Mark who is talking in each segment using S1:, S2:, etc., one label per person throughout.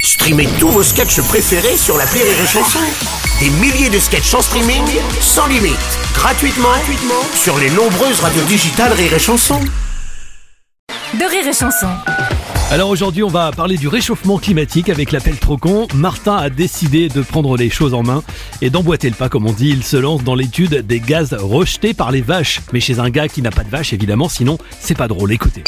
S1: Streamez tous vos sketchs préférés sur la Rire et Chanson. Des milliers de sketchs en streaming, sans limite, gratuitement, gratuitement sur les nombreuses radios digitales Rire et Chanson.
S2: de rire et chanson.
S3: Alors aujourd'hui, on va parler du réchauffement climatique avec l'appel Trocon. Martin a décidé de prendre les choses en main et d'emboîter le pas, comme on dit. Il se lance dans l'étude des gaz rejetés par les vaches. Mais chez un gars qui n'a pas de vache, évidemment, sinon c'est pas drôle. Écoutez.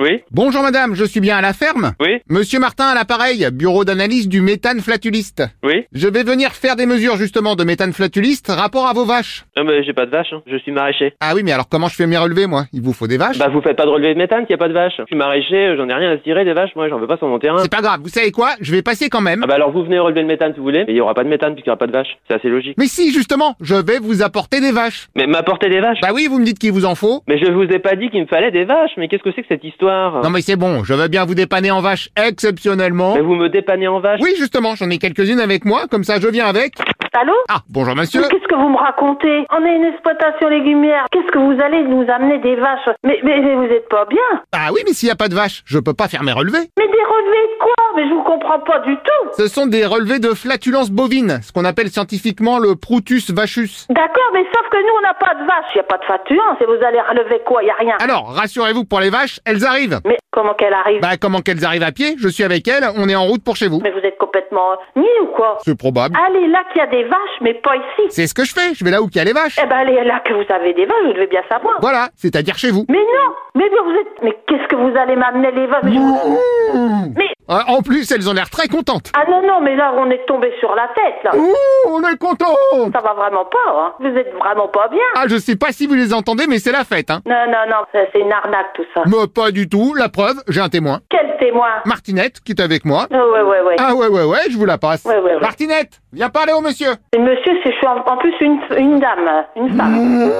S4: Oui,
S5: Bonjour madame, je suis bien à la ferme
S4: oui,
S5: Monsieur Martin à l'appareil, bureau d'analyse du méthane flatuliste.
S4: oui.
S5: Je vais venir faire des mesures justement de méthane flatuliste rapport à vos vaches.
S4: Non, mais j'ai pas de vache, hein. je suis maraîcher.
S5: Ah oui, mais alors comment je fais mes relevés moi Il vous faut des vaches
S4: Bah, vous faites pas de relevé de méthane s'il y a pas de vache. Je suis maraîcher, euh, j'en ai rien à tirer des vaches, moi, j'en veux pas sur mon terrain.
S5: C'est pas grave, vous savez quoi Je vais passer quand même.
S4: bah. Ah, bah, alors vous venez relever le méthane si vous voulez, mais il y aura pas de méthane puisqu'il y aura pas de vache. C'est assez logique.
S5: Mais si, justement, je vais vous apporter des vaches.
S4: Mais m'apporter des vaches
S5: Bah oui, vous me dites qu'il vous en faut.
S4: Mais je vous ai pas dit qu'il me fallait des vaches, mais qu'est-ce que c'est que cette histoire
S5: Non mais c'est bon, je veux bien vous dépanner en vaches exceptionnellement.
S4: Ah. Mais vous me dépannez en vache
S5: Oui, justement, j'en ai quelques-unes avec moi, comme ça je viens avec.
S6: Allô
S5: Ah, bonjour monsieur.
S6: Mais Qu'est-ce que vous me racontez On est une exploitation légumière. Qu'est-ce que vous allez nous amener des vaches mais, mais, mais vous êtes pas bien.
S5: Ah oui, mais s'il n'y a pas de vaches, je peux pas faire mes relevés.
S6: Mais des relevés de quoi Mais je vous comprends pas du tout.
S5: Ce sont des relevés de flatulence bovine, ce qu'on appelle scientifiquement le Proutus vachus.
S6: D'accord, mais sauf que nous, on n'a pas de vaches. Il n'y a pas de faturance et vous allez relever quoi Il n'y a rien.
S5: Alors, rassurez-vous, pour les vaches, elles arrivent.
S6: Mais comment qu'elle arrive
S5: Bah, comment qu'elles arrivent à pied Je suis avec elles, on est en route pour chez vous.
S6: Mais vous êtes complètement ni ou quoi
S5: C'est probable.
S6: Allez là qu'il y a des vaches, mais pas ici.
S5: C'est ce que je fais, je vais là où il y a les vaches.
S6: Eh ben allez là que vous avez des vaches, vous devez bien savoir.
S5: Voilà, c'est-à-dire chez vous.
S6: Mais non Mais bien, vous êtes... Mais qu'est-ce que vous allez m'amener les vaches Mais je
S5: Bah.
S6: vous- Mais...
S5: Euh, En plus, elles ont l'air très contentes.
S6: Ah non, non, mais là, on est tombé sur la tête, là.
S5: Ouh, on est contentes
S6: Ça va vraiment pas, hein. Vous êtes vraiment pas bien.
S5: Ah, je sais pas si vous les entendez, mais c'est la fête, hein.
S6: Non, non, non, ça, c'est une arnaque tout ça.
S5: Mais pas du tout, la preuve, j'ai un témoin.
S6: Quel témoin Oh,
S5: Martinette, qui est avec moi.
S6: Ouais, ouais, ouais, ouais.
S5: Ah ouais, ouais, ouais, je vous la passe.
S6: Ouais, ouais, ouais.
S5: Martinette, viens parler au monsieur.
S6: Et Monsieur, c'est je suis en, en plus une, une dame, hein, une femme.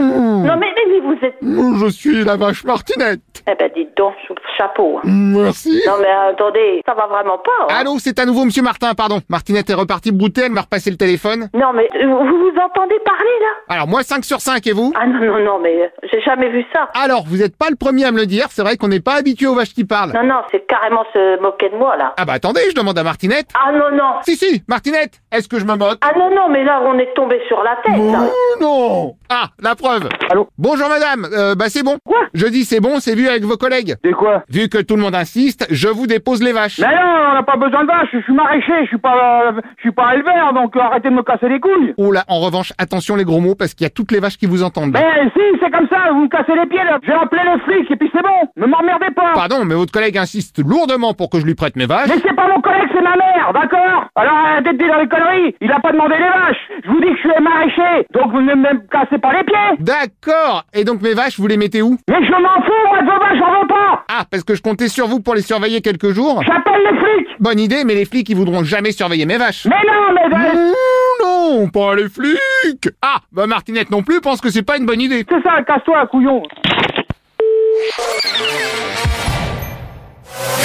S6: Non, mais, mais, mais vous êtes...
S5: Mmh. Je suis la vache Martinette.
S6: Eh ben, dites donc, chou- chapeau. hein.
S5: Merci.
S6: Non, mais attendez, ça va vraiment pas, hein.
S5: Allô, c'est à nouveau Monsieur Martin, pardon. Martinette est repartie brouter, elle m'a repassé le téléphone.
S6: Non, mais euh, vous vous entendez parler, là
S5: Alors moi 5 sur 5 et vous
S6: Ah non, non, non, mais euh, j'ai jamais vu ça.
S5: Alors, vous n'êtes pas le premier à me le dire, c'est vrai qu'on n'est pas habitué aux vaches qui parlent.
S6: Non, non, c'est carrément se moquer de moi, là.
S5: Ah bah attendez, je demande à Martinette.
S6: Ah non, non
S5: Si si, Martinette, est-ce que je me moque
S6: Ah non, non, mais là, on est tombé sur la tête, là.
S5: Oh, non Ah, la preuve
S7: Allô
S5: Bonjour madame, euh, bah c'est bon.
S7: Quoi
S5: je dis c'est bon, c'est vu avec vos collègues.
S7: C'est quoi
S5: Vu que tout le monde insiste, je vous dépose les vaches.
S7: Mais non, on n'a pas besoin de vache, je suis maraîcher, je suis pas, euh, je suis pas éleveur, donc euh, arrêtez de me casser les couilles.
S5: Oh là, en revanche, attention les gros mots, parce qu'il y a toutes les vaches qui vous entendent. là.
S7: Mais si, c'est comme ça, vous me cassez les pieds là. J'ai appelé les flics et puis c'est bon, ne m'emmerdez pas.
S5: Pardon, mais votre collègue insiste lourdement pour que je lui prête mes vaches.
S7: Mais c'est pas mon collègue, c'est ma mère, d'accord Alors arrêtez de dire les conneries, il a pas demandé les vaches. Je vous dis que je suis maraîcher, donc vous ne me cassez pas les pieds.
S5: D'accord Et donc mes vaches, vous les mettez où
S7: Mais je m'en fous, moi de vos vaches, j'en veux pas.
S5: Ah, parce que je comptais sur vous pour les surveiller quelques jours.
S7: J'appelle les flics.
S5: Bonne idée, mais les flics, ils voudront jamais surveiller mes vaches.
S7: Mais non, mais... euh,
S5: Mmh, non, pas les flics Ah, bah Martinette non plus pense que c'est pas une bonne idée.
S7: C'est ça, casse-toi, couillon.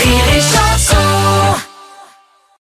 S2: Rire et chanson.